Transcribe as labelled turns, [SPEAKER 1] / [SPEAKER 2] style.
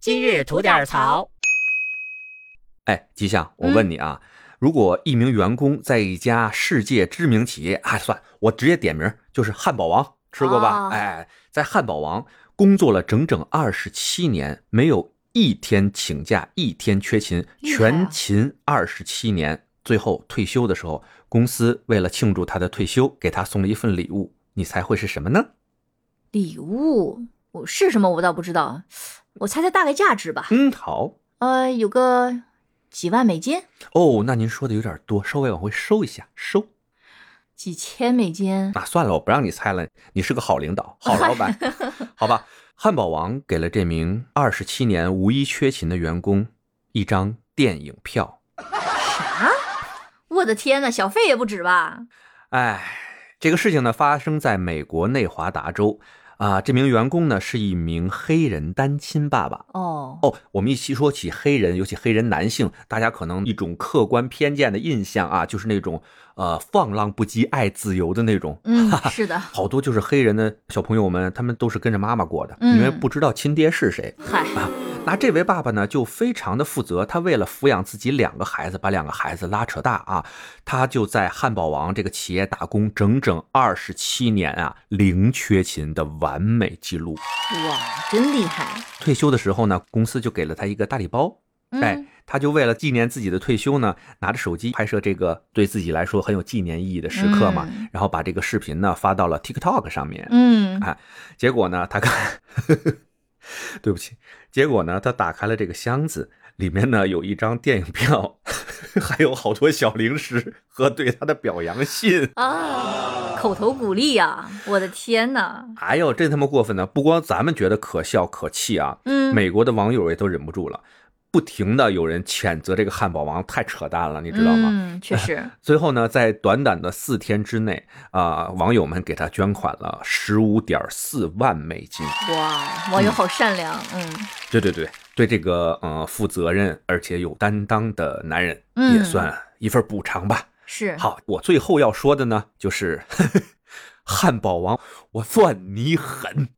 [SPEAKER 1] 今日吐点槽。
[SPEAKER 2] 哎，吉祥，我
[SPEAKER 1] 嗯
[SPEAKER 2] 问你啊，如果一名员工在一家世界知名企业，啊，算我直接点名，就是汉堡王，吃过
[SPEAKER 1] 哦
[SPEAKER 2] 吧？哎，在汉堡王工作了整整二十七年，没有一天请假，一天缺勤，
[SPEAKER 1] 厉害啊
[SPEAKER 2] 全勤二十七年，最后退休的时候，公司为了庆祝他的退休，给他送了一份礼物，你猜会是什么呢？
[SPEAKER 1] 礼物，我是什么我倒不知道，我猜猜大概价值吧。
[SPEAKER 2] 嗯，好，
[SPEAKER 1] 呃，有个几万美金，
[SPEAKER 2] 哦，那您说的有点多，稍微往回收一下，收。
[SPEAKER 1] 几千美金。
[SPEAKER 2] 啊，算了，我不让你猜了，你是个好领导、好老板，好吧？汉堡王给了这名二十七年无一缺勤的员工一张电影票。
[SPEAKER 1] 我的天呐，小费也不止吧？
[SPEAKER 2] 哎，这个事情呢发生在美国内华达州，啊，这名员工呢是一名黑人单亲爸爸。
[SPEAKER 1] 哦，
[SPEAKER 2] 哦，我们一起说起黑人，尤其黑人男性，大家可能一种客观偏见的印象啊，就是那种呃放浪不羁、爱自由的那种。
[SPEAKER 1] 嗯，是 的。
[SPEAKER 2] 好多就是黑人的小朋友们，他们都是跟着妈妈过的，
[SPEAKER 1] 嗯
[SPEAKER 2] 因为不知道亲爹是谁。
[SPEAKER 1] 嗨，
[SPEAKER 2] 那这位爸爸呢，就非常的负责，他为了抚养自己两个孩子，把两个孩子拉扯大啊，他就在汉堡王这个企业打工整整二十七年啊，零缺勤的完美记录。
[SPEAKER 1] 哇，真厉害。
[SPEAKER 2] 退休的时候呢，公司就给了他一个大礼包，
[SPEAKER 1] 嗯、
[SPEAKER 2] 哎，他就为了纪念自己的退休呢，拿着手机拍摄这个对自己来说很有纪念意义的时刻嘛，
[SPEAKER 1] 嗯
[SPEAKER 2] 然后把这个视频呢发到了 TikTok 上面。
[SPEAKER 1] 嗯，
[SPEAKER 2] 结果呢，他看， 对不起，结果呢，他打开了这个箱子，里面呢有一张电影票， 还有好多小零食和对他的表扬信。
[SPEAKER 1] 啊，口头鼓励呀、我的天呐。
[SPEAKER 2] 哎呦，真他妈过分呢！不光咱们觉得可笑可气啊，
[SPEAKER 1] 嗯，
[SPEAKER 2] 美国的网友也都忍不住了，不停的有人谴责这个汉堡王太扯淡了，你知道吗？
[SPEAKER 1] 嗯，确实，
[SPEAKER 2] 最后呢，在短短的四天之内啊、网友们给他捐款了十五点四万美金。
[SPEAKER 1] 哇，网友好善良，嗯
[SPEAKER 2] 对对对，对这个呃负责任而且有担当的男人，
[SPEAKER 1] 嗯
[SPEAKER 2] 也算一份补偿吧。
[SPEAKER 1] 是，
[SPEAKER 2] 好，我 最后要说的呢，就是汉堡王，我算你狠。